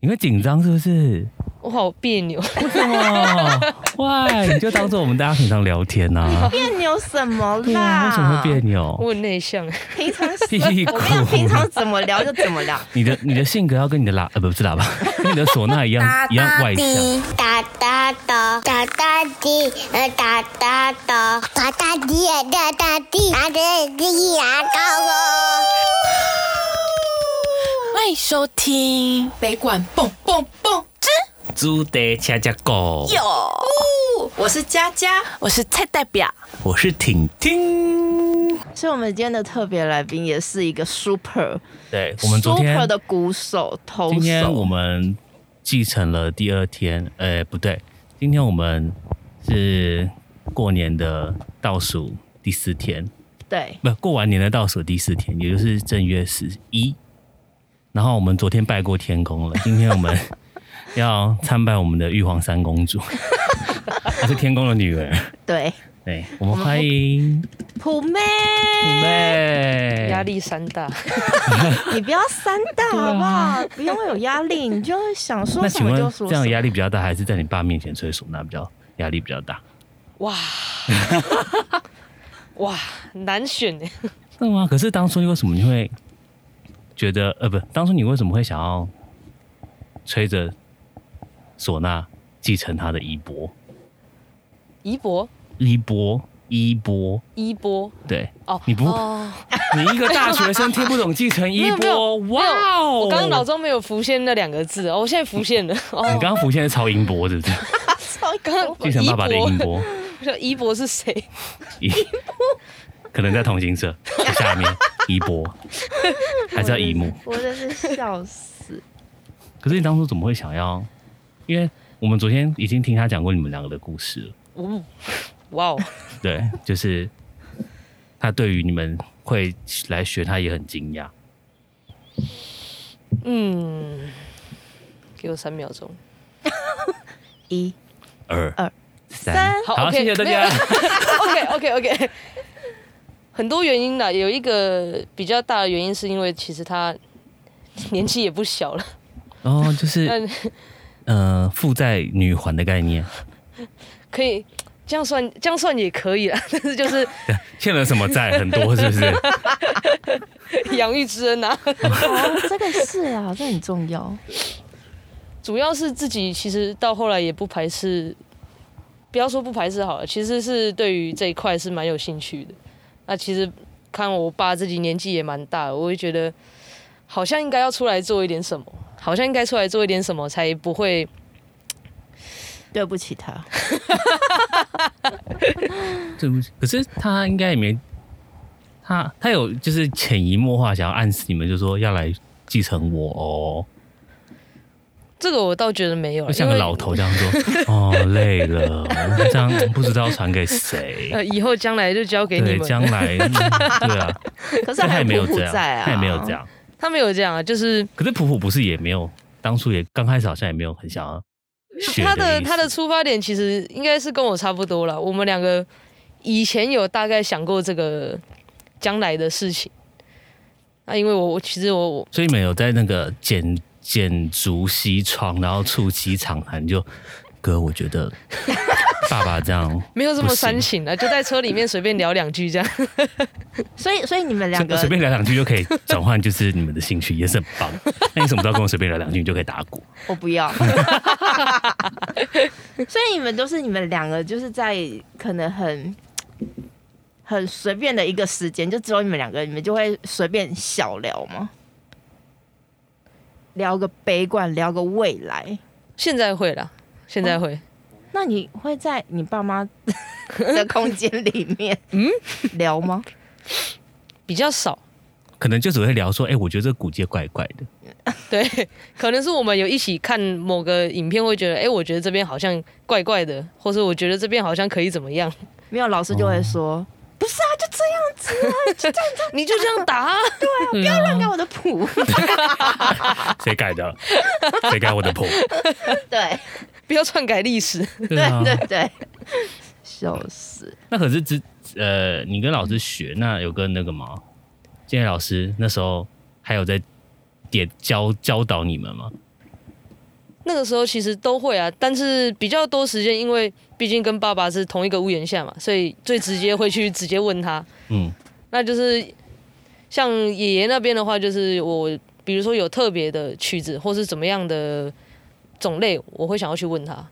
你会紧张是不 是？我好别 扭，为什么？喂，你就当做我们大家平常聊天呐、 啊。别扭什么对啊，啦？为什么会别扭？我很内向，哎平常屁股我们要平常怎么聊就怎么聊。你的你的性格要跟你的喇呃不是喇叭，跟你的唢呐一 样哒一样哒外向。滴，哒哒哒，哒哒滴，呃哒哒哒，哒哒滴，哒哒滴，哒哒滴，牙膏哦。欢迎收听北管蹦蹦蹦之，猪的恰恰狗，我是佳佳，我是蔡代表，我是婷婷。所以，我们今天的特别来宾也是一个 super 对，我们昨 super 天的鼓手投今天我手，们继承了第二天，呃，不对，今天我们是过年的倒数第四天，对，不，过完年的倒数第四天，也就是正月十一。然后我们昨天拜过天公了，今天我们要参拜我们的玉皇三公主， 啊她是天公的女儿。对，对，我们欢迎普妹，虎妹。压力山 大。你不要三大好不好？不用有压力，你就想啊说那什请么问就说这样什么。压力比较大，还是在你爸面前吹唢呐比较压力比较大？ 哇哇，难选呢。是吗？可是当初你为什么你会觉得呃不，当初你为什么会想要吹着唢呐继承他的衣钵？怡博，衣钵，衣钵，衣钵对哦，你不哦 你一个大学生听不懂继承衣 没有没钵有，哇哦！我刚刚脑中没有浮现那两个字，哦，我现在 浮现了。哦，你刚刚浮现是超音波，是不是？刚继承爸爸的音怡博，波，我 想怡博是谁？衣可能在同行 社下面衣钵，还是要一幕。我真是 笑死。可是你当初怎么会想要？因为我们昨天已经听他讲过你们两个的故事了，哦，哇哦，对，就是他对于你们会来学，他也很惊讶。嗯，给我三秒钟。一二二三，好好， ，OK，谢谢大家。 OK OK OK，很多原因啦，有一个比较大的原因是因为其实他年纪也不小了，然后哦就是但呃，父债女还的概念，可以这样算，这样算也可以啦。啊 但是就是欠了什么债很多，是不是？养育之恩啊， 哦，这个是啊，这很重要。主要是自己其实到后来也不排斥，不要说不排斥好了，其实是对于这一块是蛮有兴趣的。那其实看我爸自己年纪也蛮大了，我会觉得好像应该要出来做一点什么，好像应该出来做一点什么才不会。对不起他， 对不起，可是他应该也没，他他有就是潜移默化想要暗示你们，就说要来继承我哦，这个我倒觉得没有啦，就像个啊因为老头这样说，哦累了，这样不知道传给谁，呃，以后将来就交给你对，们。将来、嗯对啊，可是但他还也没有有普普这样，在啊，他也没有这。样。他没有这样啊，就是可是普普不是也没有，当初也刚开始好像也没有很想要学他的的意思他的出发点其实应该是跟我差不多了。我们两个以前有大概想过这个将来的事情。那、因为我我其实我我所以你们有在那个剪剪竹西窗，然后促膝长谈，就哥，我觉 得爸爸这样没有这么不行煽情啊，就在车里面随便聊两句这样。所以，所以你们两随个随便聊两句就可以转换，就是你们的兴趣也是很棒。 那你什么时候跟我随便聊两句，你就可以打鼓？我不 要。所以你们都是你们两个，就是在可能很很随便的一个时间，就只有你们两个，你们就会随便小聊吗？聊个悲观，聊个未来。现在会啦，现在会。那你会在你爸 妈的空间里面，嗯，聊吗？比较少，可能就只会聊说，哎、我觉得这古街怪怪 的， 对，可能是我们有一起看某个影片，会觉得，哎、我觉得这边好像怪怪的，或是我觉得这边好像可以怎么样，没有，老师就会说，不是啊，就这样子啊，就这样子啊，你就这样打、啊。 不要乱改我的谱。谁改的？谁改我的谱？对啊不要篡改历史。对 啊对啊对对，笑死。那可是之呃，你跟老师学，那有跟那个吗？建业老师那时候还有在点教教导你们吗？那个时候其实都会啊，但是比较多时间，因为毕竟跟爸爸是同一个屋檐下嘛，所以最直接会去直接问他。 嗯，那就是像爷爷那边的话，就是我比如说有特别的曲子或是怎么样的种类，我会想要去问他。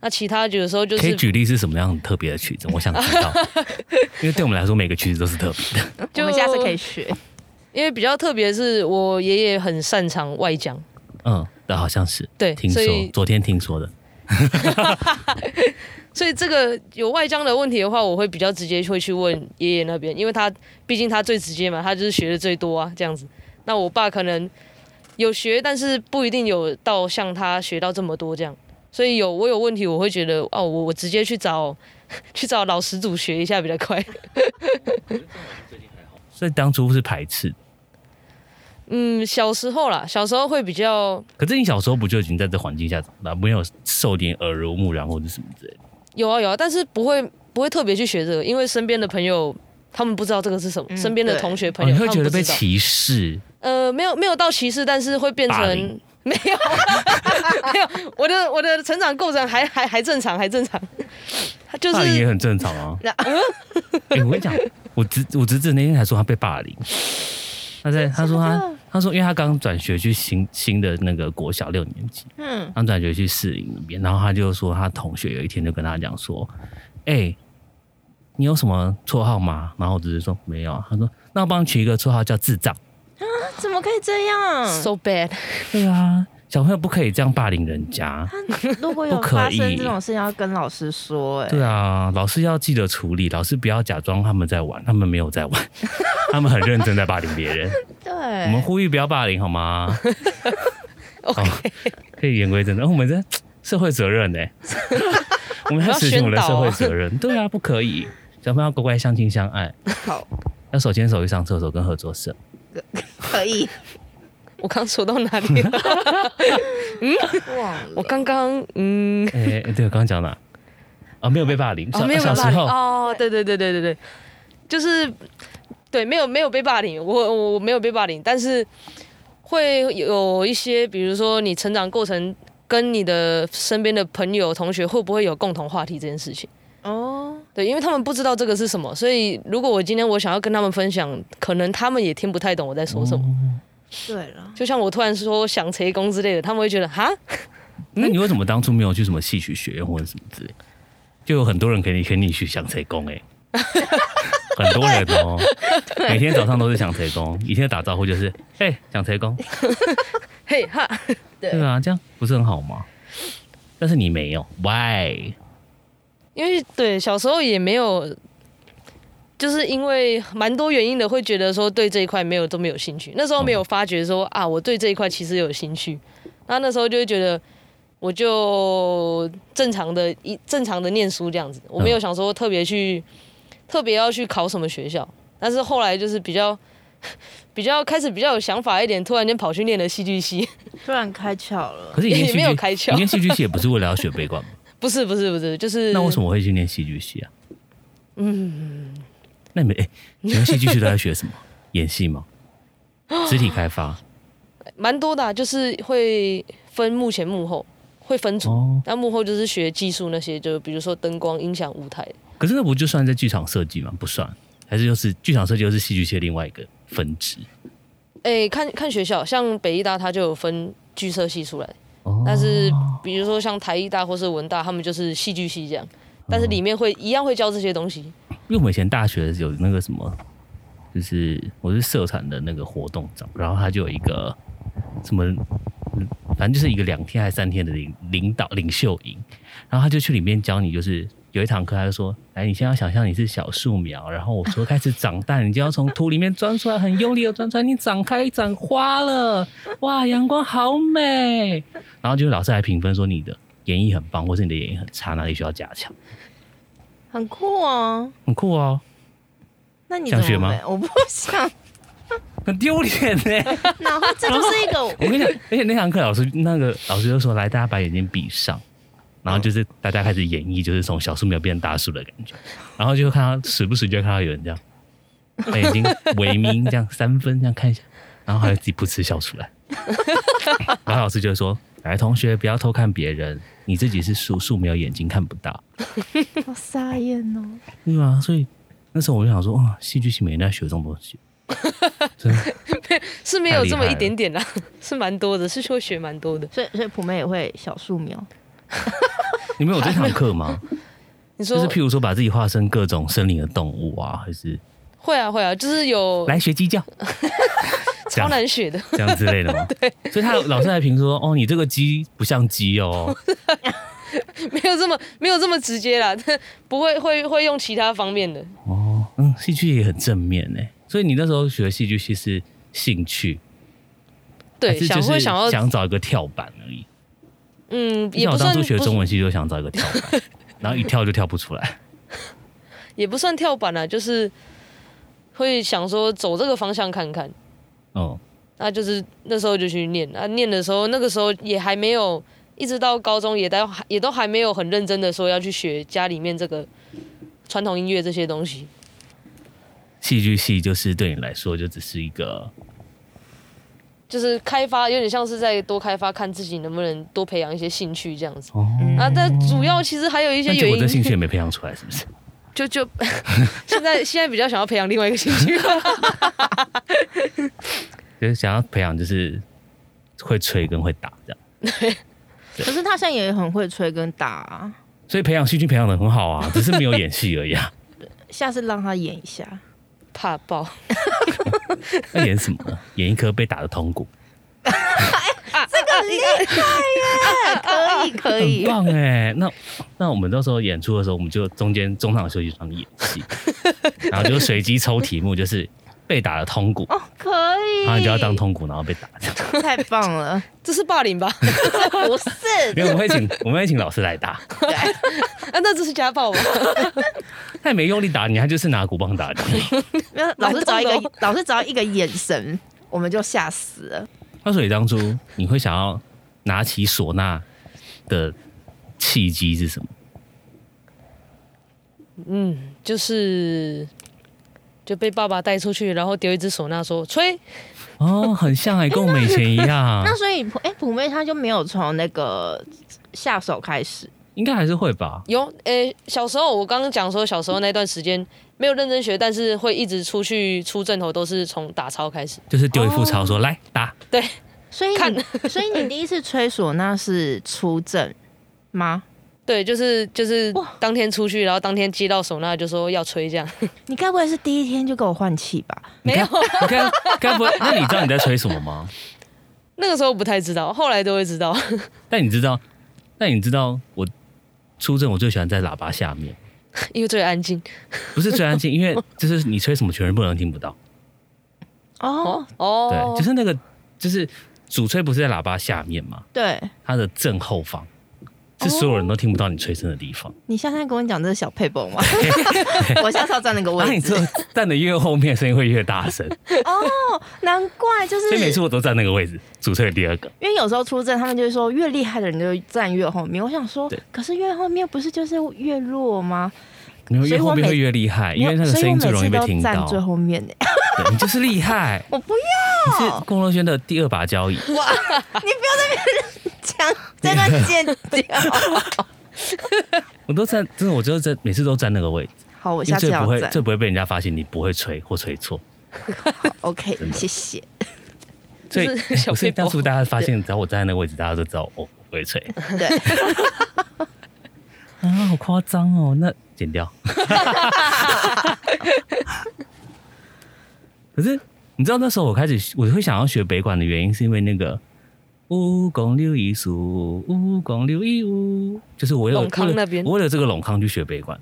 那其他有时候就可以是举例是什么样很特别的曲子？我想知 道，因为对我们来说每个曲子都是特别的。我们下次可以学。因为比较特别，是我爷爷很擅长外讲，嗯，那好像是对，听所说以昨天听说的。所以这个有外江的问题的话，我会比较直接会去问爷爷那边，因为他毕竟他最直接嘛，他就是学的最多啊，这样子。那我爸可能有学，但是不一定有到像他学到这么多这样。所以有我有问题，我会觉得哦，我我直接去找 去找老师组学一下比较快。所以当初是排斥，嗯，小时候啦，小时候会比较可是你小时候不就已经在这环境下长大，没有受点耳濡目染或者什么之类的？有啊有啊，但是不会不会特别去学这个，因为身边的朋友他们不知道这个是什么，嗯身边的对同学朋哦，友、你他会们觉得不被知道歧视？呃，没有没有到歧视，但是会变成霸 没凌有没有，我的我的成长过程还还还正常，还正常，他就霸凌也是很正常啊。那哎、我跟你讲，我侄我侄子那天还说他被霸凌。他在他说他他说，因为他刚转学去新新的那个国小六年级，嗯，刚转学去士林那边，然后他就说他同学有一天就跟他讲说，哎、你有什么绰号吗？然后我侄子说没有啊，他说那我帮你取一个绰号叫智障。怎么可以这样？嗯 so bad。 对啊，小朋友不可以这样霸凌人家。如果有不可发以生这种事，要跟老师说、哎，对啊，老师要记得处理，老师不要假装他们在玩，他们没有在 玩，他们很认真在霸凌别人。我们对，呼吁不要霸凌好 吗哦可以言归正传，哦我们这社会责 任呢、我们要实行我们的社会责任。对啊，不可以，小朋友要乖乖相亲相爱，好，要手牵手去上厕所跟合作社。可以，我刚说到哪里了？ 嗯忘我刚刚嗯，哎、哎对，我刚刚讲哪？啊、没有被霸凌，小、哦，没有被小霸时凌候，哦，对对对对对对，就是对，没有没有被霸凌，我我我没有被霸凌，但是会有一些，比如说你成长过程跟你的身边的朋友同学会不会有共同话题这件事情。 哦，对，因为他们不知道这个是什么，所以如果我今天我想要跟他们分享，可能他们也听不太懂我在说什么。对了，就像我突然说想成功之类的，他们会觉得哈， 嗯那你为什么当初没有去什么戏曲学院或者什么之类？就有很多人可以跟你去想谁 工哎，很多人哦，每天早上都是想谁工，以前打招呼就是哎想谁工，嘿哈， 对啊，这样不是很好吗？但是你没有，why？因为对小时候也没有，就是因为蛮多原因的，会觉得说对这一块没有这么有兴趣。那时候没有发觉说啊，我对这一块其实有兴趣。那那时候就会觉得，我就正常的一正常的念书这样子，我没有想说特别去特别要去考什么学校。但是后来就是比较 比较开始比较有想法一点，突然间跑去念了戏剧系。 突然开窍了，可是你念戏也没有剧开窍你念戏剧系也不是为了要学悲观吗？不 是不是不是，就是那为什么会去念戏剧系啊？嗯，那你们哎，你们戏剧系都在学什么？ 演戏 吗？肢体开发蛮多的啊、就是会分幕前幕后，会分组。哦，那幕后就是学技术那些，就比如说灯光、音响、舞台。可是那不就算在剧场设计吗？不算，还是就是剧场设计又是戏剧系的另外一个分支。诶，看看学校，像北医大它就有分剧社系出来，哦但是比如说像台艺大或是文大，他们就是戏剧系这样，但是里面会一样会教这些东西。因为我们以前大学有那个什么，就是我是社团的那个活动长，然后他就有一个什么，嗯反正就是一个两天还是三天的领领导领袖营，然后他就去里面教你，就是有一堂课他就说，来，你现在要想象你是小树苗，然后我说开始长大，你就要从土里面钻出来，很用力的钻出来，你长开长花了，哇，阳光好美，然后就老师来评分说你的演绎很棒，或是你的演绎很差，哪里需要加强，很酷哦。很酷哦。那你想怎么学吗没我不 想，很丢脸呢。然后这就是一个我跟你讲，而且那堂课老师那个老师就说：“来，大家把眼睛闭上。”然后就是大家开始演绎，就是从小树苗变大树的感觉。然后就看到时不时就会看到有人这样，哎把眼睛微眯，这样三分这样看一下，然后还有自己噗嗤笑出来。然后老师就说：“来，同学不要偷看别人，你自己是素素没有眼睛看不到，好傻眼哦！对吧？所以那时候我就想说，哇，戏剧系每年在学这种东西，真的是没有这么太厉害了一点点啦， 是蛮多的，是会学蛮多的。所以所以普妹也会小树苗，你们有这堂课吗？你就说是譬如说把自己化身各种森林的动物啊，还是会啊会啊，就是有来学鸡 叫，这超样难学的， 这样之类的吗？对，所以他老师还评说，哦，你这个鸡不像鸡 哦，没有这么没有这么直接啦， 但不会会会用其他方面的。哦，嗯，戏剧也很正面呢。所以你那时候学戏剧系是兴趣，还对，是就想会是想要，想找一个跳板而已。嗯，就也像不我当算初学不中文系就想找一个跳 板，然后一跳就跳不出来。也不算跳板啦，就是会想说走这个方向看看。哦，那就是那时候就去念，啊，念的时候那个时候也还没有，一直到高中也都也都还没有很认真的说要去学家里面这个传统音乐这些东西。戏剧系就是对你来说就只是一个就是开发，有点像是在多开发，看自己能不能多培养一些兴趣这样子。哦，啊，但主要其实还有一些那结原果这因，兴趣也没培养出来，是不是？就就 现在现在比较想要培养另外一个兴趣， 就是想要培养就是会吹跟会打这样，可是他现在也很会吹跟打、啊，所以培养戏剧培养的很好啊，只 是没有演戏而已啊。 下次让他演一下。怕爆那演什么呢？演一颗被打的铜鼓，可以可很以，棒哎、那那我们到时候演出的时候，我们就中间中场休息让你演 戏，然后就随机抽题目，就是被打的通鼓，哦，可以，然后你就要当通鼓，然后被打。这样太棒了，这是霸凌吧？ 这 不是因为我们会 请我们会请老师来打，啊，那这是家暴吧？他也没用力打你，他就是拿鼓棒打你。 没有老师只要一蛮个动老师只要一个眼神，我们就吓死了。那所以当初你会想要拿起唢呐的契机是什 么？嗯，就是就被爸爸带出去，然后丢一只唢呐说吹，哦，很像哎、跟我们以前一样那，所以普哎、普妹她就没有从那个下手开始，应该还是会吧。有，诶、小时候我刚刚讲说，小时候那段时间没有认真学，但是会一直出去出阵头，都是从打操开始。就是丢一副钞说、来打，对，所以你所以你第一次吹唢呐是出阵吗？对，就是就是哇当天出去，然后当天接到手那就说要吹这样， 你该不会是第一天就给我换气吧？没有，你该该不会？那你知道你在吹什么吗？那个时候不太知道，后来都会知道。但你知道，但你知道我出阵，我最喜欢在喇叭下面，因为最安静。不是最安静，因为就是你吹什么全部人听不到，哦，哦，对，就是那个就是主吹不是在喇叭下面嘛，对它的正后方是所有人都听不到你吹声的地方，你下次跟我讲这是小配 宝吗？我下次要站那个那、位你置坐，站的越后面，声音会越大 声，哦，难怪就是哎所以每次我都站那个位置，主吹的第二个，因为有时候出阵，他们就会说越厉害的人就站越后面。我想说对，可是越后面不是就是越弱吗？你会所越以我后面每会越厉害，因为那个所以声音我每最容易次被都听站到，最后面 呢。对你就是厉害，我不要你是哦龚若轩的第二把交椅，哇！你不要在那边讲，这段剪掉。我都站，真的，我就是在每次都站那个位置。好，我因下为次这要不会，站这。不会被人家发现你不会吹或吹错。 OK，谢谢。所以就是小我是配当包初大家发现，只要我站在那个位置，大家都知道哦，我不 会吹 对，啊，好夸张哦。那剪 掉。可是你知道那时候我开始我会想要学北管的原因，是因为那个五公六一五五公六一五，就是我有拢康为了那边我为了这个拢康去学北管。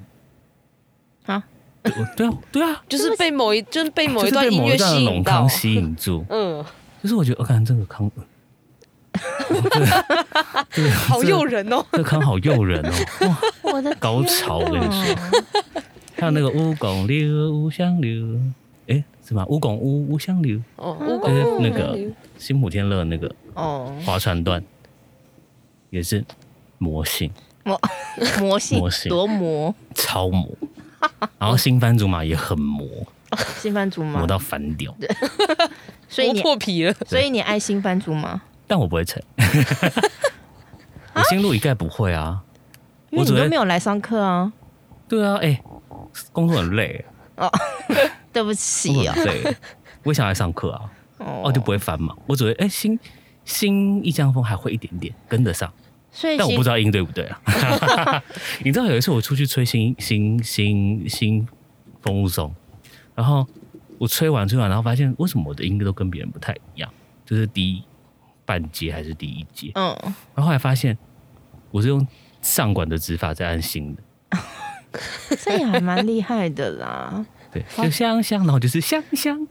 啊对？我对啊，对啊，就是被某一就是被某就一是被段音某一乐段吸的引拢到康。吸引 住。嗯，就是我觉得，我、哦、看这个康， 好诱人哦！这个康好诱人哦，哇，我的高潮我跟你说说，还有那个乌拱流乌香流，诶，是吗？乌拱乌乌香流，哦，乌就龟是那个新普天乐那个 哦，划船段，也是魔性魔魔性魔性多魔，超魔，然后新番竹马也很 魔，新番竹马魔，到翻掉，所以磨你破皮了，所以你爱新番竹马， 但我不会吹，经路一概不会啊。因我为你只都会没有来上课啊。对啊，哎、工作很累，对不工起作哦，很累，我也想来上课啊，哦哦就不会烦嘛。我只会哎、新新一江风还会一点点跟得上，所以但我不知道道音对不对啊。 你知道有一次我出去吹新新新新风物松，然后我吹完吹完，然后发现为什么我的音都跟别人不太一样，就是第半阶还是第一阶，嗯，然后后来发现我是用上管的指法在按新的，这也还蛮厉害的 啦。对，就香香，然后就是香 香。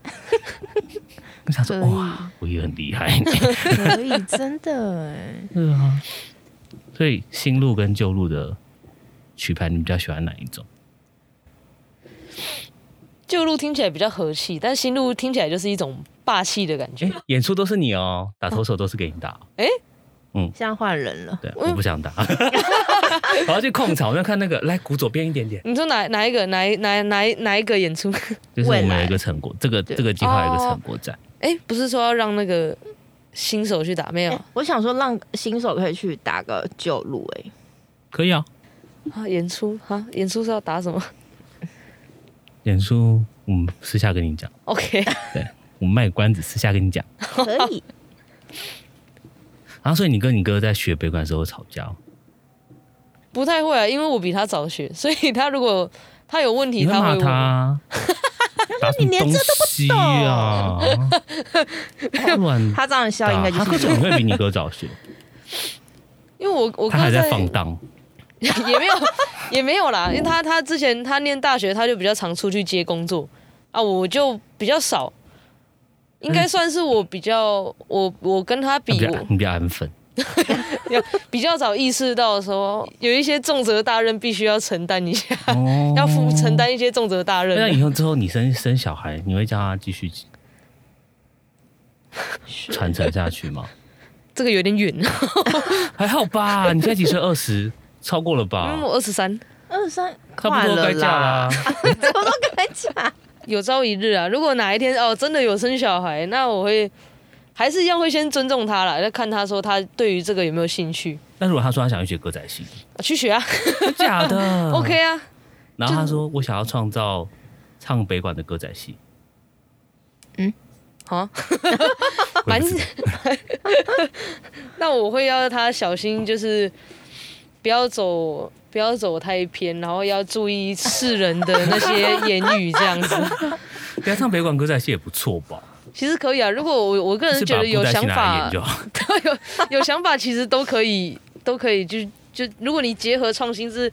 我想说，可以哇，我也很厉害，可以，真的哎。 对啊。所以新路跟旧路的曲牌，你比较喜欢哪一种？旧路听起来比较和气，但新路听起来就是一种霸气的感觉哎。，演出都是你哦，打投手都是给你打哦。现在换人了，对啊，我不想 打，我要去控场，我要看那个，来鼓左边一点点。你说哪哪一个哪一哪一哪一哪一个演出？就是我未们来有一个成果，这个对这个计划有一个成果展， 哎，不是说要让那个新手去打啊没啊有 哎我想说让新手可以去打个旧路 哎，可以啊。啊？演出啊？演出是要打什么演出，我们私下跟你讲， ？OK， 我们卖关子，私下跟你讲。可以。然后，所以你跟你哥在学北管的时候吵架哦，不太会啊，因为我比他早学，所以他如果他有问题，你会骂会问他我。啊，打什你么连东这西 啊？乱他这样笑打，应该他就哥是怎么会比你哥早 学？因为我我他哥还在放荡， 也没有也没有啦，因为他他之前他念大学，他就比较常出去接工作啊，我就比较少，应该算是我比较我我跟他你比嗯比较我你比较安分， 比较早意识到说有一些重责大任必须要承担一下，哦 要负承。担一些重责大那任。以后之后呃你生生小孩，你会叫他继续传承下去吗？这个有点远， 啊还好吧，你现在几岁？二十，超过了吧因嗯为？我二十三，二三差不快多了该嫁啦 啦，。 我都跟他讲，有朝一日啊，如果哪一天哦真的有生小孩，那我会还是一样会先尊重他啦，要看他说他对于这个有没有兴趣，但如果他说他想要学歌仔戏，啊去学啊、真假的 o k 啊。然后他说我想要创造唱北管的歌仔戏，啊，我也蛮不知道。那我会要他小心，就是不要走不要走太偏，然后要注意世人的那些言语这样子。不要唱北管歌仔戏也不错吧？其实可以啊，如果我我个就人哦是觉把得有布袋戏想拿来法演，就 好。有有想法，其实都可以都可以，就就如果你结合创新是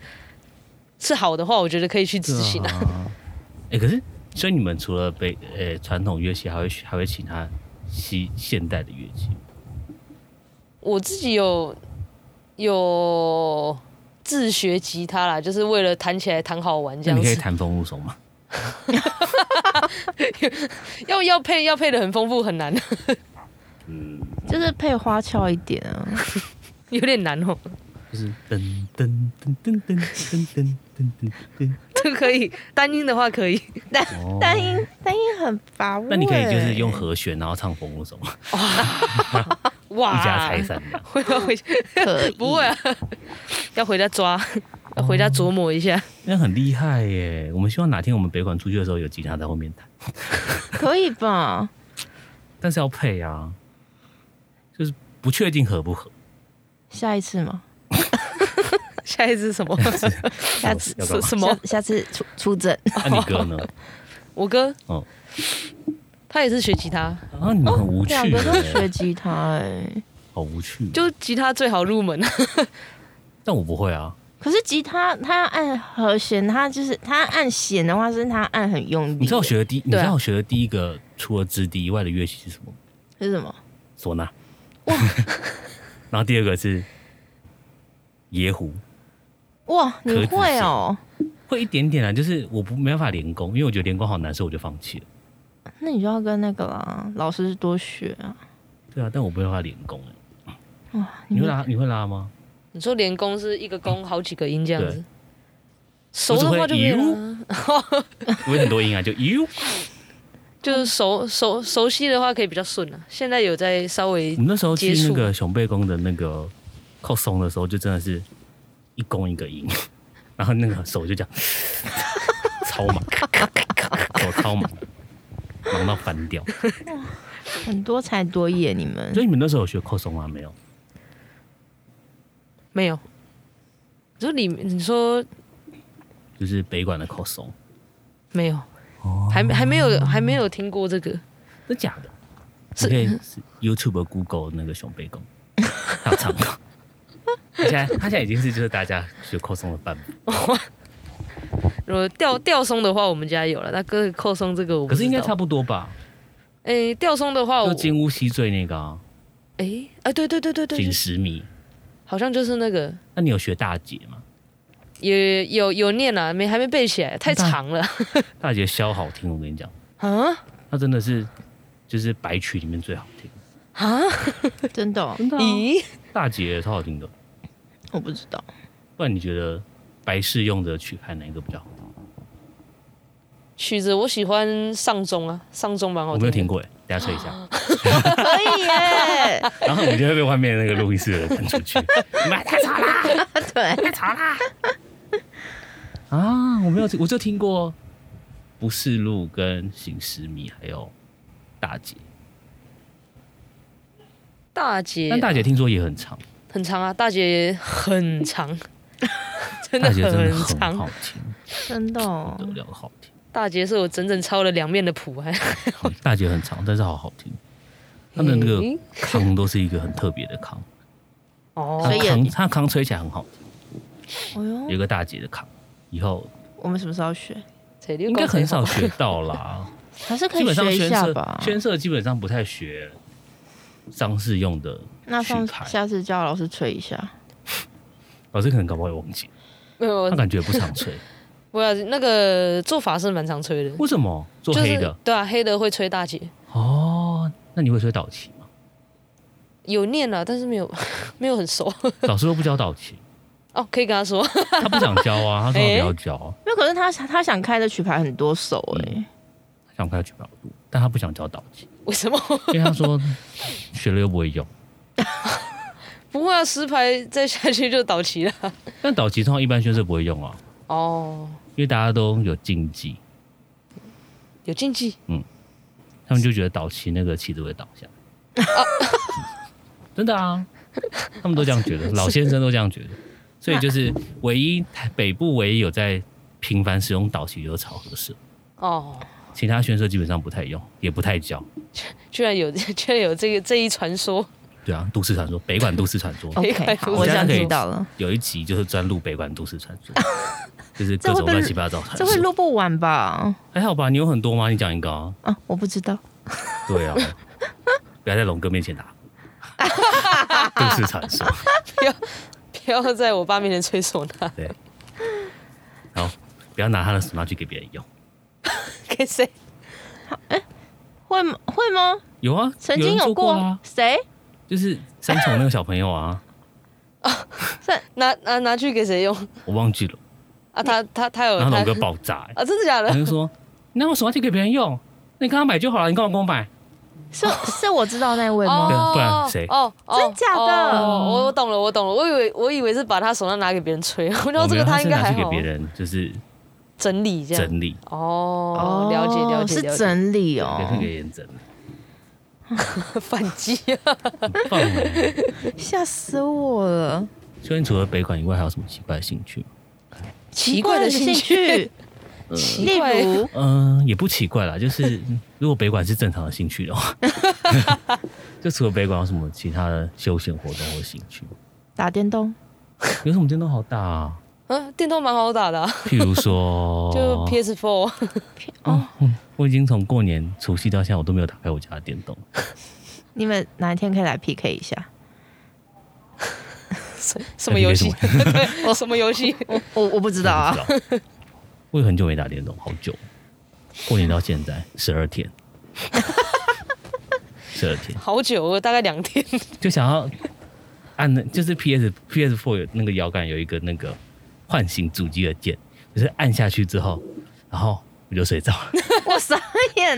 是好的话，我觉得可以去执行啊。啊。 哎、可是所以你们除了北呃传统乐器，还会还会请他西现代的乐器吗，我自己有有自学吉他啦，就是为了弹起来弹好玩这那样你可以子。弹风物松吗？ 要要配要配的很丰富很难。 就是配花俏一点啊。 有点难哦，就是噔噔噔噔噔噔噔噔 噔这个可以单音的话可以，噔。单音单音很乏味。哦那你可以就是用和弦，然后唱风物松，一哇，家拆散这样。会要回可以 不会啊，要回家抓，要回家琢磨一下。那很厉害耶！我们希望哪天我们北管出去的时候有吉他在后面弹，可以吧？但是要配啊，就是不确定合不合。下一次嘛，下一次什 么？下次要干嘛什么下下次出出诊，那你 哥呢？我哥哦，他也是学吉他，啊，你们很无趣哦两个都学耶，吉他哎。好无趣。就吉他最好入门。啊但我不会啊，可是吉他它要按和弦，它就是它按弦的话，是它按很用力。你知道我学的第一，你知对啊道我学的第一个除了直笛以外的乐器是什么吗？是什么？唢呐。 然后第二个是野狐，哇，你会哦？会一点点啊，就是我不没办法连弓，因为我觉得连弓好难受，我就放弃了。那你就要跟那个啦，老师多学啊。对啊，但我没办法连弓哎。哇，你会啊们拉？你会拉吗？你说连弓是一个弓好几个音这样子对，熟的话就可以我了啊，我有很多音啊，就呦。就是熟熟啊熟悉的话可以比较顺了。现在有在稍微嗯我们那时候去结那束个熊背宫的那个扣松的时候，就真的是一公一个赢，然后那个手就这样 超忙，手超忙， 忙到翻掉。 很多才多艺耶，你们所以你们那时候有学扣松吗？没有，没有。就里面你说就是北管的扣松，没有，哦还还没有还没有听过这个。真假的？你可以是 YouTube、Google 那个熊背公，他有唱过。他现在他现在已经是就是大家学扣松的范本，如果吊吊松的话，我们家有了。那跟扣松这个我不可是应该知道哦差不多吧？诶，吊松的话，我就金乌西坠那个啊，诶，啊，对对对对对紧，十米。好像就是那个那你有学大姐吗？也有有念啦，没还没背起来，太长 了啊大姐箫好听，我跟你讲，啊她真的是就是白曲里面最好听。啊！真的哦、啊咦，大姐超好听的，我不知道。不然你觉得白氏用的曲看哪一个比较好？哦曲子我喜欢上中啊，上中蛮好我听。没有听。过哎，等一下吹一下。可以耶，然后我就会被外面那个录音室的人赶出 去，妈太吵啦！ 对，啊，我没有听，我就听过不是路跟行十米，还有大姐。大姐但，大姐听说也很长，很长啊，大姐很 长，真的大姐真的很很长。好听，真的、哦不得了的好听。大姐是我整整抄了两面的谱，啊还好大姐很长，但是好好听。她的那个诶康都是一个很特别的康， 哦她所以也康她康吹起来很好听，哎有一呦，个大姐的康。以后我们什么时候学？应应该很少学到啦，还是可基以本上学一宣下社吧。宣社基本上不太学丧事用的那曲上牌，下次叫老师吹一下。老师可能搞不好会忘记，没有他，感觉不常 吹，不要那个做法是蛮常吹的，为什么做就是黑的？对啊，黑的会吹大姐，哦，那你会吹导 琴吗？有念啊，但是没有 没有很熟。老师都不教导琴，哦，可以跟他说， 他不想教啊，他说他不要教、啊，因为可是他他想开的曲牌很多首哎、嗯他想开曲表度，但他不想教导琴，为什么？ 因为他说学了又不会用。不会啊，十排再下去就倒齐了。但导琴通常一般学生不会用啊，哦，因为大家都有禁忌，有禁忌，他们就觉得导琴那个旗子会倒下。哦 真的啊，他们都这样觉 得，老先生都这样觉得，所以就是唯一北部唯一有在频繁使用导旗就是草和社，哦，其其他宣社基本上不太用，也不太教。居然有， 居然有这个这一传说。 对啊，都市传说，北管都市传说。可以 OK，好，哦我我现在想可以知道了，有一集就是专录北管都市传 说，就是这各会种不会乱七八糟传这会说。录不完吧？还好吧？你有很多吗？你讲一个啊。啊，我不知道，对 啊，不要在龙哥面前打。都市传说，不要在我爸面前吹唢呐， 对。然后不要拿他的手拿去给别人用。给谁？会吗？会吗？有啊，曾经人有做过过啊，谁？就是三重那个小朋友啊，拿拿拿去给谁用？我忘记了。啊，他他他 呃有然后他龙哥爆炸、欸，啊，真的假他的？就说：“你拿我手拿去给别人用，那你跟他买就好了，你干嘛跟我买？ 是是我知道那位吗？对啊不然谁哦，哦真假的哦我我懂了，我懂了，我以为我以为是把他手上拿给别人吹，我觉哦没得这有个他应是该拿还去给好别。人，就是整理这样。整理，哦，了解了解，了是解整理对给哦别，人整理。” 反击啊！ 棒欸！吓死我了！ 所以你除了北管以外，还有什么奇怪的兴趣吗？奇怪的兴趣，趣，奇 例怪如嗯，也不奇怪啦，就是 如果北管是正常的兴趣的话， 就除了北管有什么其他的休闲活动或兴趣吗？打电动，有什么电动好大啊？嗯，电动蛮好打的啊、譬如说， 就 PS4，我已经从过年除夕到现在，我都没有打开我家的电动。你们哪一天可以来 PK 一下？什么游戏？那你 对，什么游戏？我我我不知道啊，不知道， 我也很久没打电动，好久，过年到现在十二天，十二天。好久了，大概两天。就想要按那，就是 PS PS Four 有那个摇杆有一个那个唤醒主机的键，就是按下去之后，然后我就睡着了， 我傻 眼，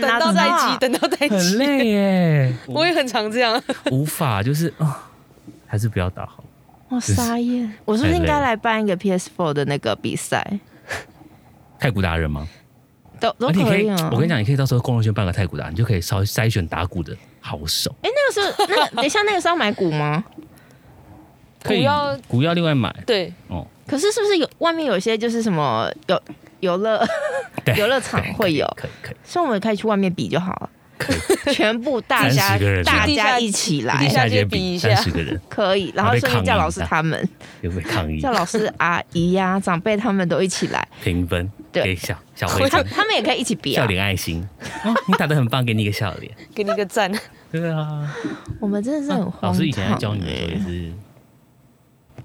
等哪到知待道啊机，等到待很机。累耶，我也很常这样，哦无法就是啊、还是不要打好，我傻眼，我是不是应该来办一个 PS4 的那个比赛？太鼓达人吗？都都而且你可以以，啊。我跟你讲，你可以到时候公路圈办个太鼓达，你就可以稍微筛选打鼓的好手。哎、那个时候， 那个等一下那个是要买鼓吗？可以鼓要鼓要另外买对，哦，可是是不是有外面有些就是什么游游乐， 对，游乐场对会有可以可以所以我们可以去外面比就好了。可以，全部大家30个人大地家下一起可以地来下下街街比比一三下十个人，可以，然后顺便叫老师他们，有没有抗议？叫老师阿姨呀、长辈他们都一起来，评分对给小小徽他章、他们也可以一起比笑啊。脸爱心。哦，你打的很棒，给你一个笑脸。给你一个赞。对啊，我们真的是很荒老唐、欸师以前在教你的时候也是，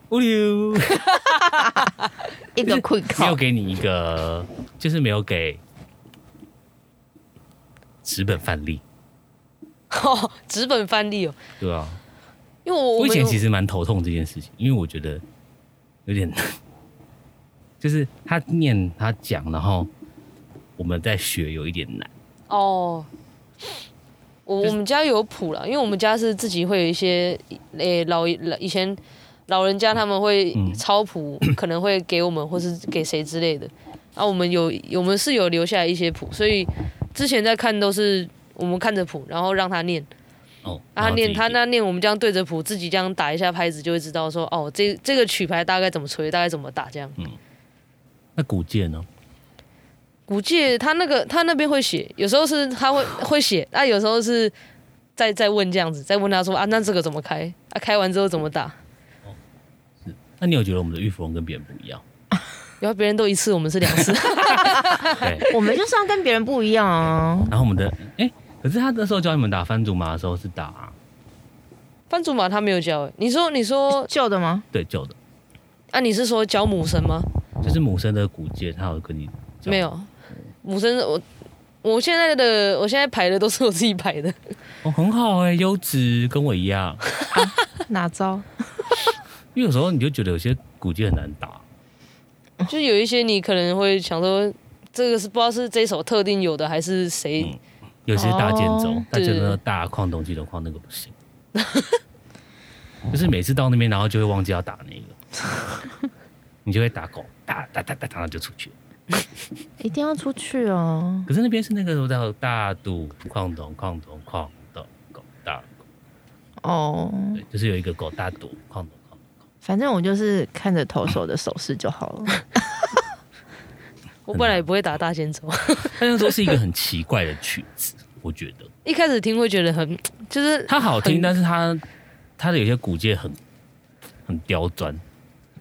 乌溜，一个 quick 没有 call，给你一个，就是没有给纸本范例， 哦，纸本翻例哦，对啊。因为我我以前其实实蛮头痛这件事情，因为我觉得有点， 就是他念他讲，然后我们在学有一点难。哦，我就是我们家有谱啦，因为我们家是自己会有一些诶、老老以前老人家他们会嗯抄谱，可能会给我们或是给谁之类的。啊，我们有我们是有留下一些谱，所以之前在看都是我们看着谱，然后让他念，哦，然啊、他后念自己他那念，我们这样对着谱自己这样打一下拍子，就会知道说哦，这这个曲牌大概怎么吹，大概怎么打这样。嗯那古剑呢？古界他那个他那边会写，有时候是他会会写，啊，有时候是再再问这样子，再问他说啊，那这个怎么开？啊，开完之后怎么打？那你有觉得我们的玉芙蓉跟别人不一样？然后别人都一次，我们是两次。 对， 我们就是要跟别人不一样啊。然后我们的哎、可是他那时候教你们打翻竹马的时候是打班主马他没有教、欸，你说你说旧的吗？对旧的，啊，你是说教母神吗？就是母生的古剑，他有跟你教没有，母神我我现在的我现在排的都是我自己排的，哦，很好哎、优质跟我一样， 哪招？因为有时候你就觉得有些古剑很难打，就有一些你可能会想说。这个是不知道是这首特定有的还是谁，嗯有些大剑走，哦大剑对走大矿东西的矿那个不行，就是每次到那边然后就会忘记要打那个， 你就会打狗，打打打打打然后就出去了。一定要出去哦！可是那边是那个什么叫大肚矿东矿东矿东狗大狗，哦，对，就是有一个狗大肚矿东矿东。反正我就是看着投手的手势就好 了。我本来也不会打大仙走。但那时候是一个很奇怪的曲子，我觉得 一开始听会觉得很，就是它好听，很但是它它的有些古界很很刁钻，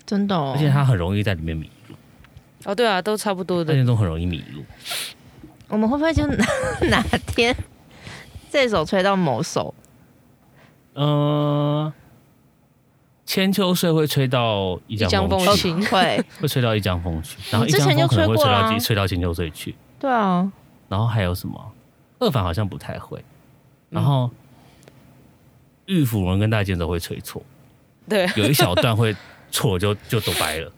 真的、哦，而且它很容易在里面迷路，哦，对啊，都差不多在的。那种很容易迷路。我们会不会就哪 哪天 这首吹到某首？呃，千秋岁会吹到一一江江风风去，情 会，会吹到一江风去，然后你一之江前就风可能会吹过啊吹啦到几吹到千秋岁去，对啊，然后还有什么二凡好像不太会，然后玉芙蓉跟大剑都会吹错，对，有一小段会错了就就都白了，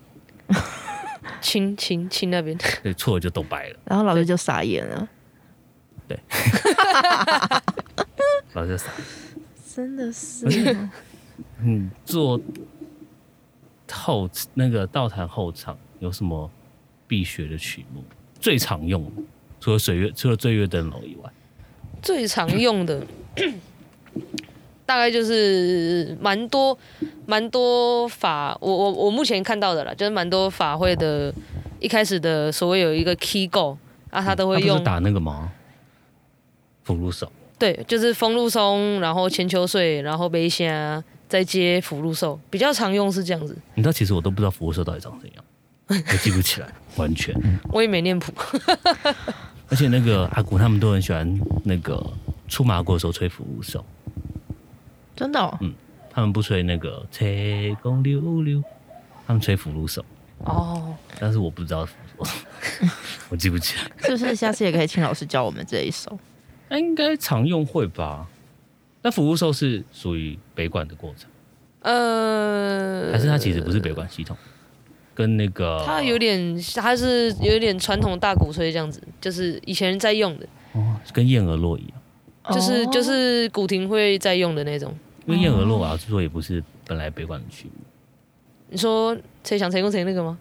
亲亲亲那边， 对，错了就都白了。然后老师就傻眼了，老师傻，真的是不嗯，做后那个道坛后场有什么必学的曲目？最常用的，除了水月，除了醉月灯笼以外，最常用的 大概就是蛮多蛮多法，我我我目前看到的啦，就是蛮多法会的，一开始的所谓有一个 key go 啊，他都会不是用，打那个吗？福禄寿，对，就是风露松，然后千秋穗，然后杯虾，再接福禄寿，比较常用是这样子。你知道其实我都不知道福禄寿到底长怎样，我记不起来， 完全。我也没念谱，而且那个阿古他们都很喜欢那个出麻国的时候吹福禄寿， 真的、哦，他们不吹那个吹公溜溜，他们吹福禄寿，哦，但是我不知道福禄寿， 我记不起来。是不是？下次也可以请老师教我们这一首。那哎应该常用会吧？那服务售是属于北管的过程，呃，还是它其实不是北管系统？跟那个它有点，它是有点传统大鼓吹这样子，就是以前在用的，哦，跟燕娥落一样，就是、哦就是古亭会在用的那种。因为燕娥落啊，据说也不是本来北管的曲目，你说谁想谁跟谁那个吗？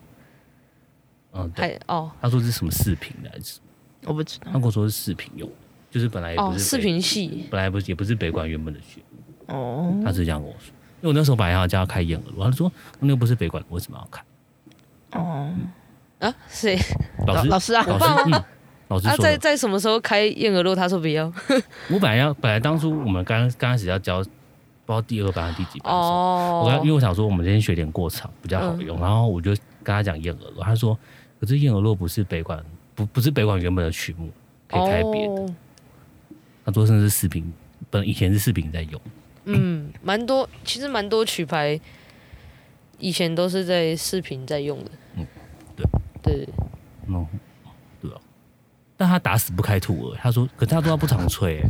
嗯，对，还哦他说是什么饰品的，还是我不知道他跟我说是饰品用的，就是本来也哦哎不，是视北频系本来不是也不是北管原本的学，哦，他是这样跟我说。因为我那时候本来要叫他开烟盒，他说那个不是北管，为什么要开？哦，啊，谁老师老师啊老师我爸嗯，老师啊？说在的。在什么时候开燕鹅肉？他说不要。我本来要本来当初我们刚刚开始要教，不知道第二班还是第几班的时候，哦，嗯我刚因为我想说我们今天学点过场比较好用，然后我就跟他讲燕鹅肉，他说可是燕鹅肉不是北管不不是北管原本的曲目，可以开别的。哦他说甚至视频本以前是视频在用，嗯，蛮多，其实蛮多曲牌以前都是在视频在用的。嗯，对对对，嗯，对啊，但他打死不开兔儿，他说可是他说他不常吹、 欸，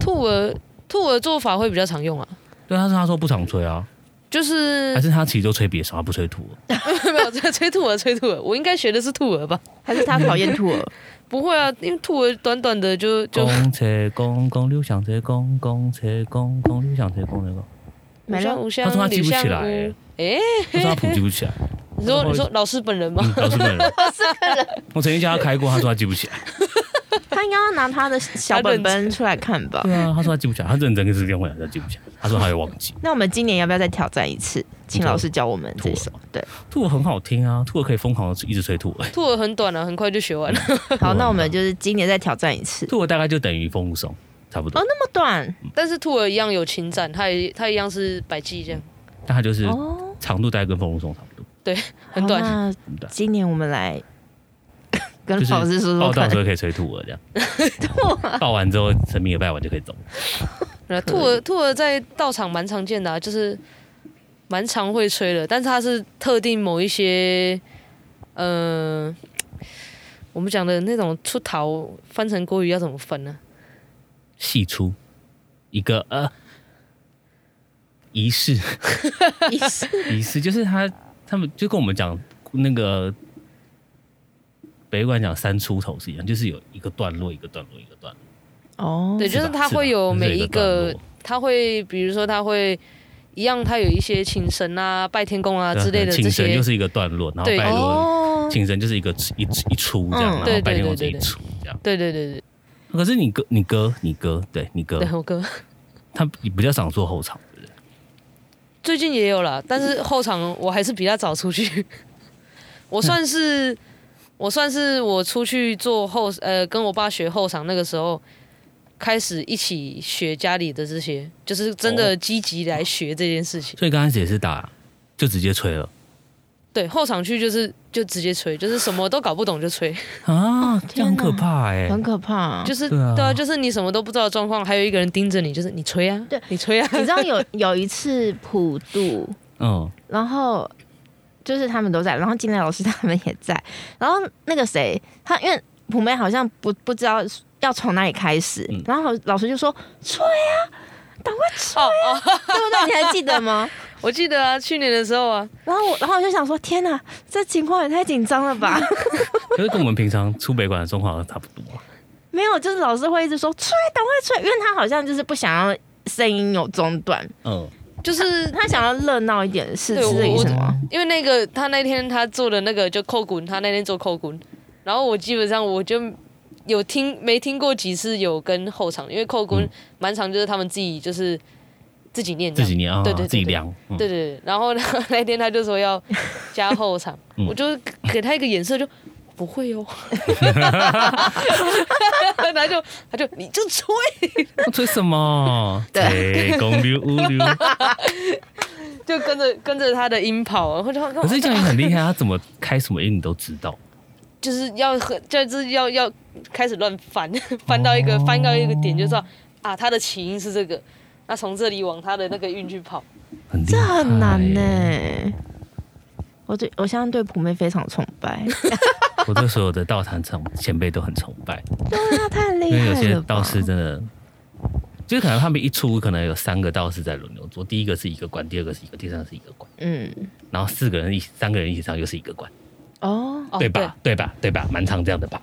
兔儿兔儿做法会比较常用啊，对，他说他说不常吹啊，嗯就是还是他其实都吹别啥，他不吹兔儿， 没有在吹兔儿吹兔儿，我应该学的是兔儿吧？还是他讨厌兔 儿？不会啊，因为兔儿短短的就 就公车公公六响车公公车公公六响车公那个，没了五他说他香记李不香起来屋欸。他说他谱记不起 来，你说你说老师本人吗？嗯老师 本人，我曾经叫他开过，他说他记不起来，他应该要拿他的小本本出来看吧？对啊，他说他记不起来，他认真跟这跟我讲他记不起来，他说他会忘记。那我们今年要不要再挑战一次？请老师教我们这首。对，兔儿很好听啊，兔儿可以疯狂的一直吹兔 儿，兔儿很短啊，很快就学完了。好，那我们就是今年再挑战一次。兔儿大概就等于风物松差不多哦，，那么短嗯但是兔儿一样有情展，它也它一样是百计这样，但它就是哦，长度大概跟风物松差不多。很短。好那很短今年我们来跟就是老师说说报道看的时。候可以吹兔儿这样， 报完之后神明也拜完就可以走。然后兔儿兔儿啊在道场蛮常见的、啊，就是蛮常会吹的，但是它是特定某一些，呃，我们讲的那种出逃翻成国语要怎么翻呢？戏出一个呃仪式，意思仪式就是他他们就跟我们讲那个北管讲三出头是一样，就是有一个段落一个段落一个段落，哦，对，就是吧它是吧会有就是每一一个段个落，它会比如说它会一样，它有一些请神啊、拜天公啊对啊之类的请这神些就，是一个段落，然后对拜落哦，请神就是一个一一出这样，嗯然后对拜对天公对这一对出这样。对对对对，可是你哥你哥你哥对你哥对我哥。他比较想做后场，对不对？最近也有啦，但是后场我还是比他早出去。 我算是、我算是我出去做后呃，跟我爸学后场那个时候开始一起学家里的这些，就是真的哦积极来学这件事哦情。所以刚开始也是打就直接吹了对，后场去就是就直接吹，就是什么都搞不懂就吹，哦啊，这样天很哪可怕哎、很可怕。就就是是对啊就是你什么都不知道的状况，还有一个人盯着你，就是你吹啊，对你吹啊，你知 道有有一次普渡，嗯，然后就是他们都在，然后金莲老师他们也在，然后那个谁，他因为普妹好像不不知道要从哪里开始，嗯然后老师就说吹啊，赶快吹啊，对不对？你还记得吗？哦我记得啊，去年的时候啊，然后我，然后我就想说，天哪，这情况也太紧张了吧？可是跟我们平常出北管的状况好像差不多啊。没有，就是老师会一直说吹，赶快吹，因为他好像就是不想要声音有中断，嗯，就是他想要热闹一点，是对是这个意我思吗？因为那个他那天他做的那个就扣滚，他那天做扣滚，然后我基本上我就有听没听过几次有跟后场，因为扣滚嗯蛮长，就是他们自己就是自己念自这样己念啊，对对对自己量。嗯对对对，然后呢那 天他就说要加后场，嗯我就给他一个眼色就。不会 哦， 他就他就你就吹，我哦吹什么？ 对吹，公牛乌牛。就跟着跟着他的音跑，然后就可是这样也很厉害，他怎么开什么音你都知道。就是要很就是要要开始乱翻， 翻到一哦个、翻到一个点，就知道啊，它的起因是这个，那从这里往它的那个韵去跑。很厉这害很难呢、我对我现在对普妹非常崇拜，哎我对所有的道坛场前辈都很崇拜，那太 啊厉因为害有些了吧道士真的，就是可能他们一出，可能有三个道士在轮流做，第一个是一个关，第二个是一个，第三个是一个关，嗯，然后四个人一起三个人一起上又是一个关，哦，哦，对吧？对吧？对吧？蛮常这样的吧，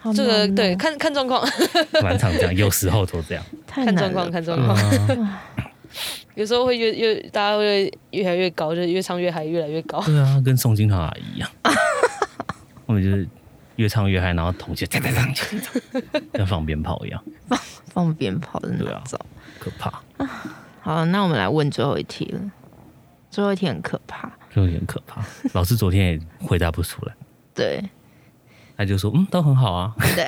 好这个难哦对，，看看状况， 蛮常这样，有时候都这样。太看状难况，了看状嗯况。啊 有时候会越越大家会越来越高，就是越唱越嗨，越来越高。 对啊，跟宋金堂阿姨一 样，他们就是越唱越嗨，然后同学像放鞭炮一样，放鞭炮的对那啊种。可怕，好，那我们来问最后一题了。最后一题很可怕，就有点可怕。老师昨天也回答不出来，对他就说嗯都很好啊，对。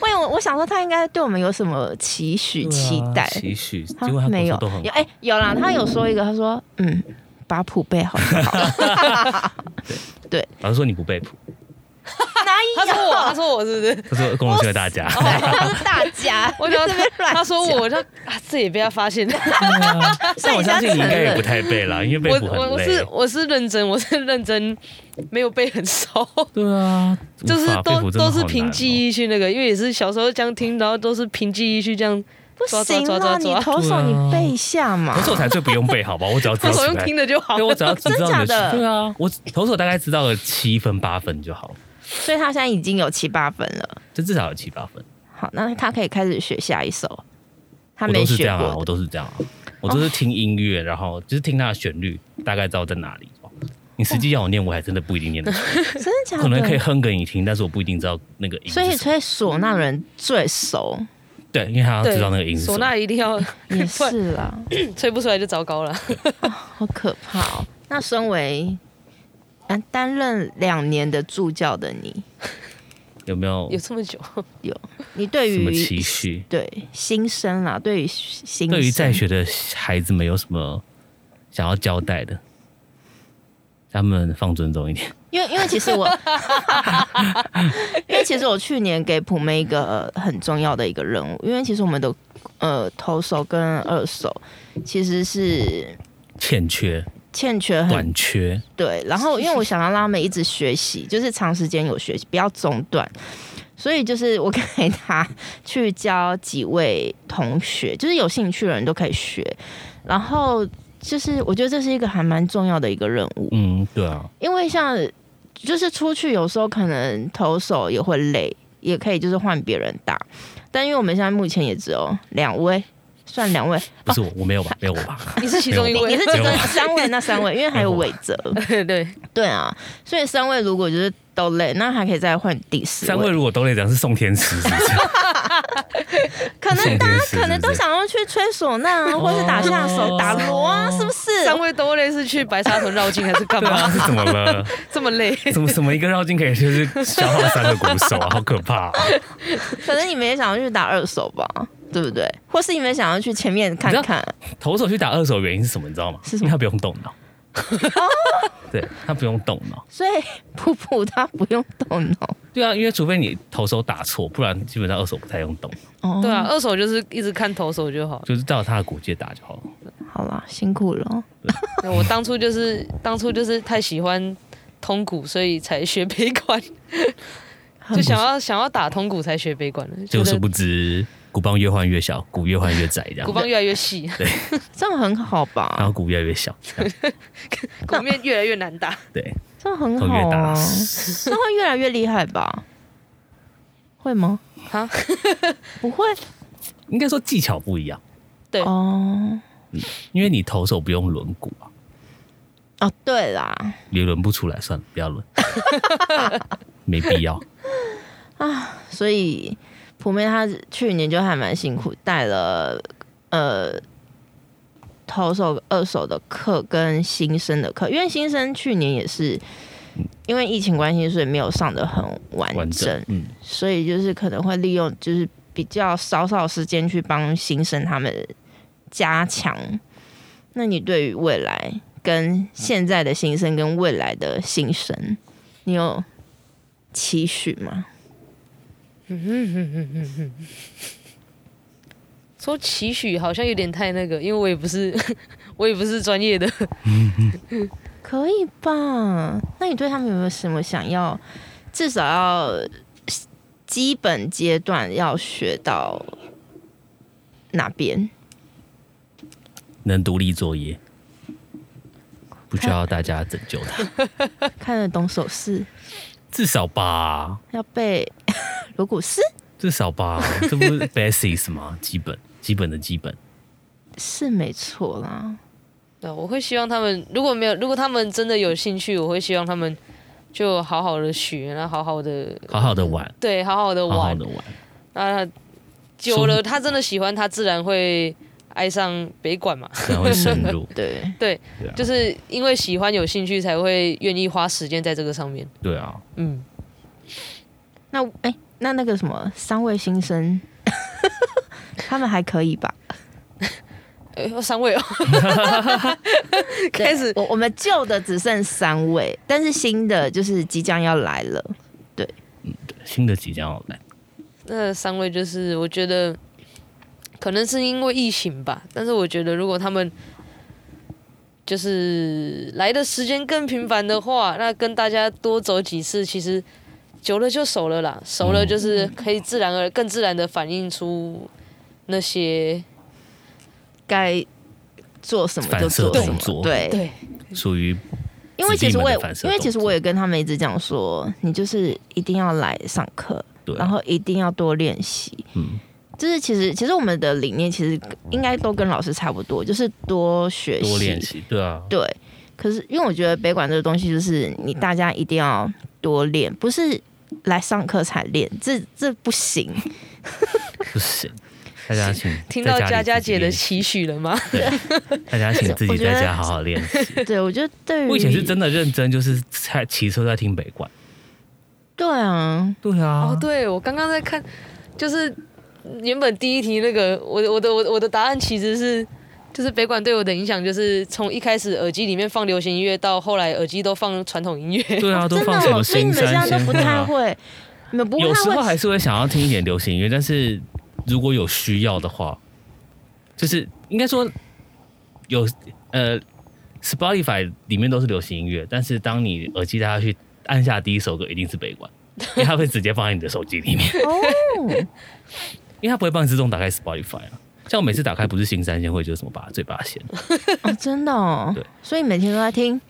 我有我想说他应该对我们有什么期许、期对啊待，期许，他结啊果他跟没我有说都很有好，哎、有啦，他有说一个，他说嗯，把谱背好就好了。老师说你不被捕，他 哪说我，他有？说我是不是？他说恭 喜大家，他是大 家，我就想这边乱讲。他说我，我就啊，这也被他发现。但我相信你应该也不太背啦，因为我被捕我很我是累。我是认真，我是认真，没有背很熟，对啊，就是无法被都捕真的都是好凭难哦记忆去那个，因为也是小时候这样听，然后都是凭记忆去 这样不抓抓行抓啦，抓你抓，投手对啊你背一下嘛投。手才最不用背，好吧？我只要 知他道手起用来听的就好对，我只了。要知道你真假的对啊，我投手大概知道了七分八分就好，所以他现在已经有七八分了。就至少有七八分。好，那他可以开始学下一首。他我没都是这学样啊，过我的，都是这样啊，我都是听音乐，然后就是听它的旋律，大概知道在哪里。哦你实际要我念，我还真的不一定念得出， 真的假啊的？可能可以哼给你听，但是我不一定知道那个音是什所么。以吹唢呐的人最熟，对，因为他要对，知道那个音是什唢么。呐一定要 也是啦，吹不出来就糟糕了。好可怕哦。那身为啊担任两年的助教的你，有没有有这么久，你对什么期于许？对新生啦，对于新生对于在学的孩子们有什么想要交代的？他们放尊重一点。因为因为其实 我，因为其实我去年给普妹一个呃很重要的一个任务，因为其实我们的呃投手跟二手其实是欠缺、欠缺很短缺，对，然后因为我想要让他们一直学习，就是长时间有学习，不要中断。所以就是我给他去教几位同学，就是有兴趣的人都可以学。然后就是我觉得这是一个还蛮重要的一个任务，嗯，对啊，因为像就是出去有时候可能投手也会累，也可以就是换别人打，但因为我们现在目前也只有两位，算两位，不是我，我没有吧，没有我吧，你是其中一没有位，也是只没有有吧三位，那三位，因为还有伟哲， 对， 对啊，所以三位如果就是都累，那还可以再换第四 三位如果都得讲是送天使，是不是？可能送大天家使可能都是不是想要去吹唢呐啊，或是打下手、哦打锣啊，是不是？三位都类似去白沙屯绕境还是 干对啊，嘛？是 怎么了？这么累？怎么什么一个绕境可以就是消耗三个鼓手啊？好可 怕、啊！可能你们也想要去打二手吧，对不对？或是你们想要去前面看你知看，投手去打二手原因是什么？你知道吗？是因什么为他不用动脑。 对他不用动脑，所以 普普他不用动脑。对啊，因为除非你投手打错，不然基本上二手不太用动，哦对啊，，二手就是一直看投手就好。就是照他的骨界打就好了。好啦，辛苦了哦。那我当初就是当初就是太喜欢通鼓，所以才学悲管， 就想要想要打通鼓才学悲管的，结觉果殊得不知鼓棒越换越小，鼓越换越窄，这样鼓棒越来越细，这样很好然吧？后鼓越来越小，这样鼓面越来越难 打。对，这样很头越好大啊，，这样会越来越厉害吧？会吗？哈，不会应该说技巧不一样，对哦因为你投手不用轮鼓啊，哦，对啦，你轮不出来，算了，不 要轮，没必要。所以普妹她去年就还蛮辛苦，带了呃投手、二手的课跟新生的课，因为新生去年也是因为疫情关系，所以没有上的很完整，完整，嗯，所以就是可能会利用就是比较少少时间去帮新生他们加强。那你对于未来跟现在的新生跟未来的新生，你有期许吗？说期许好像有点太那个，因为我也不是 我也不是专业的， 可以吧？那你对他们有没有什么想要，至少要基本阶段要学到哪边？能独立作业，不需要大家拯救 他，看得懂手势，至少吧，要背 锣鼓诗。至少吧，这不是 basics 吗？基本基本的基本，是没错啦。。对，我会希望他们如果没有，如果他们真的有兴趣，我会希望他们就好好的学，然后好好的好好的玩，对，好好的好好玩。的玩。那久了，他真的喜欢，他自然会爱上北管嘛。 才会深入对，对，对啊，就是因为喜欢、有兴趣，才会愿意花时间在这个上面。对啊，嗯，那哎、那那个什么三位新生， 他们还可以吧？哎呦，三 位哦，对开始我我们旧的只剩三位，但是新的就是即将要来了。新的即将要来，那三位就是我觉得可能是因为疫情吧，但是我觉得如果他们就是来的时间更频繁的话，那跟大家多走几次，其实久了就熟了啦，熟了嗯就是可以自然而更自然的反映出那些该做什么就反射做什动么，作对，对属于因为其实我也指定门的反，射因为其实动作我也跟他们一直讲说，你就是一定要来上课，对啊，然后一定要多练习。嗯，就是其实其实我们的理念其实应该都跟老师差不多，就是多学习，多练习，对啊，对，可是因为我觉得北管这个东西，就是你大家一定要多练，不是来上课才练，这这不行。不行。大家请听到在佳家里佳自己姐的练期许了吗？对，大家请自己在家好好练习。对，我觉得对于我以前是真的认真，就是在骑车在听北管。对啊，对啊，哦，对，我刚刚在看，就是原本第一题那个，我的我的我的我的答案其实是，就是北管对我的影响，就是从一开始耳机里面放流行音乐，到后来耳机都放传统音乐。对啊，都真的放什么哦，所以你新们现山在都新不会太啊。会，你们不有时太候还会。是会想要听一点流行音乐，但是如果有需要的话，就是应该说有呃，Spotify 里面都是流行音乐，但是当你耳机戴下去，按下第一首歌一定是北管， 因为它会直接放在你的手机里 面，哦，因为它不会帮你自动打开 Spotify 啊。像我每次打开不是新三线，会就是什么把嘴巴线，哦真的哦对，所以每天都在听，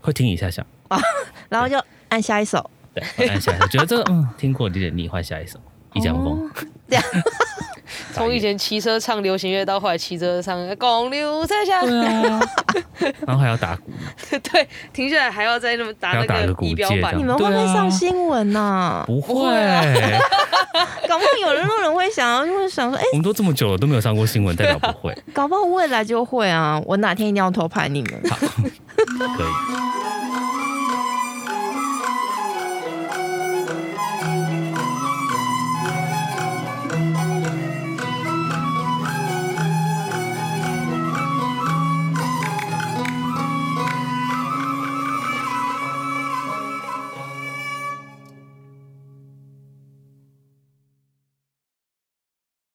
会听一下下，然后就按下一首，对，会按下下，觉得这个嗯听过有点腻，换下一首。一江风， 从以前骑车唱流行乐，到后来骑车唱《公牛在下》对啊， 然后还要打鼓， 对，停下来还要再那么打还要打那个个鼓仪表戒板这你样。们会不会对啊上新闻呐？不不会啊会，搞不好有人路人会想要，就会想说，哎，我们都这么久了都没有上过新闻，代表 不会。搞不好未来就会啊，我哪天一定要偷拍你们。好，可以。